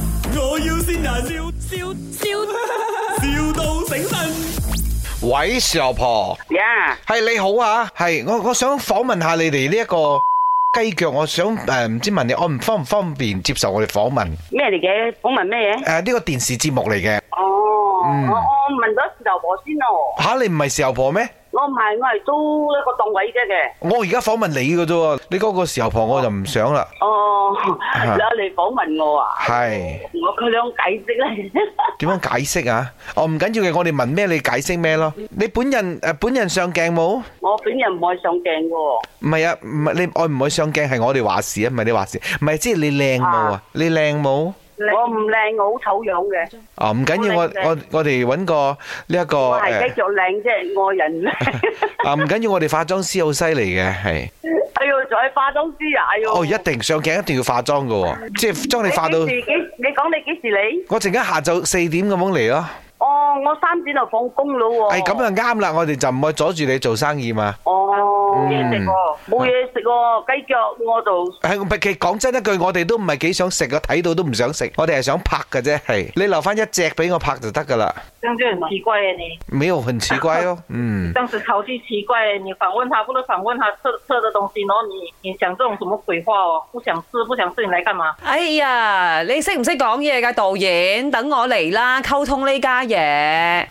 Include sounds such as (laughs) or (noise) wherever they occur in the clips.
要先人，笑笑笑，,笑到醒神。喂，邵婆，呀，系你好啊，系我我想訪問下你哋呢一個雞腳，我想诶唔、知問你，我唔方唔方便接受我哋訪問？咩嚟嘅？訪問咩嘢？诶、呢、個電視節目嚟嘅，Ờ, 哦，我我問咗石頭婆先咯，吓、你唔係邵婆咩？我唔係，我係租一個檔位啫嘅。我而家訪問你嘅啫喎，你嗰個邵婆我就唔想啦，Ờ, 哦，你嚟訪問我啊？係我佢兩解釋 (laughs) 咧，點樣解釋啊？哦，唔緊要嘅，我哋問咩你解釋咩咯。你本人诶、本人上鏡冇？我本人唔愛上鏡嘅喎。唔係啊，唔係你愛唔愛上鏡係我哋話事啊，唔係你話事，唔係即係你靚冇啊啊？你靚冇？我唔靚，我好醜樣嘅，哦，唔緊要，我好靚我我哋揾個呢一個誒我係雞腳靚啫，我 (laughs) 人靚。啊，唔緊要，我哋化妝師好犀利嘅，係哎呦，仲係化妝師啊！哎呦，哦，一定上鏡一定要化妝嘅喎，即係將你化到嗯你幾時幾？你講你幾時嚟？我陣間下晝四點咁樣嚟咯。哦，我三點就放工咯喎。係咁就啱啦，我哋就唔會阻住你做生意嘛。Ờ, 哦，嗯冇嘢食喎，冇嘢食喎，雞腳我就係，唔係其實講真一句，我哋都唔係幾想食，我睇到都唔想食，我哋係想拍嘅啫。係你留翻一隻俾我拍就得㗎啦，这样就很奇怪耶，你沒有很奇怪咯。嗯，这样子超级奇怪耶，你反问他，不如反问他吃吃的东西，然后你你讲这种什么鬼话哦？不想吃，不想吃，你来干嘛？哎呀，你識唔識講嘢㗎導演？等我嚟啦，溝通呢家嘢。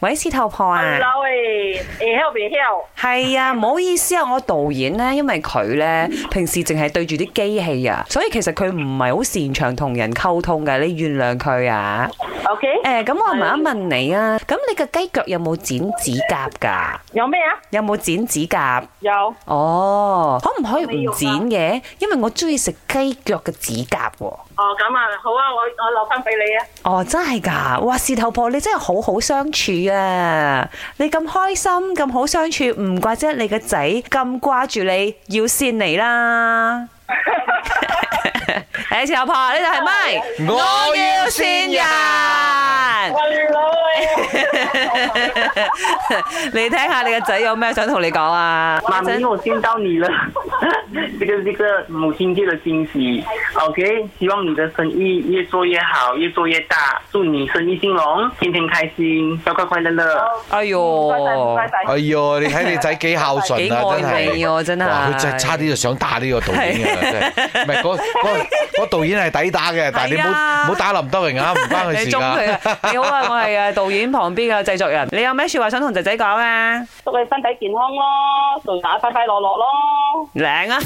喂，司頭婆啊！然后诶，诶 help 别 help，係啊，唔好意思啊，我導演呢，因為佢呢，平時淨係對住啲機器啊，所以其實佢唔係好擅長同人溝通嘅，你原諒佢啊。 ，OK，诶、咁我問一問你啊，咁你嘅雞腳有冇剪指甲㗎？有咩啊？有冇剪指甲？有，哦，可唔可以唔剪冇嘅？因為我中意食雞腳嘅指甲喎、哦咁啊，好啊，我我留翻俾你啊，哦，真係㗎！哇，事頭婆你真係好好相處啊！你咁開心，咁好相處，唔怪之得你個仔咁掛住你，要先你啦。 (laughs) 誒，事頭婆呢度係咪？我要線人喂女， (laughs) 你聽下你個仔有咩想同你講啊？妈咪，我见到你了， (laughs) 这个这个母亲节的惊喜，OK，希望你的生意越做越好，越做越大，祝你生意兴隆，天天开心，快快快乐乐。哎唔該晒唔該呦！晒哎呦，你睇你仔幾孝順啊， (laughs) 幾真愛你係喎，真係哇，佢真係差啲就想打呢個導演嘅啦，真係。唔係嗰嗰嗰導演係抵打嘅，但係你唔好係啊唔好打林德榮啊，唔關佢你事中佢㗎。 (laughs) 啊！你好啊，我係啊導演旁邊嘅製作人。你有咩说話想同仔仔講啊？祝你身體健康咯，做打快快樂樂咯。靚啊！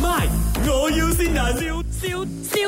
My，我要先人，笑笑笑。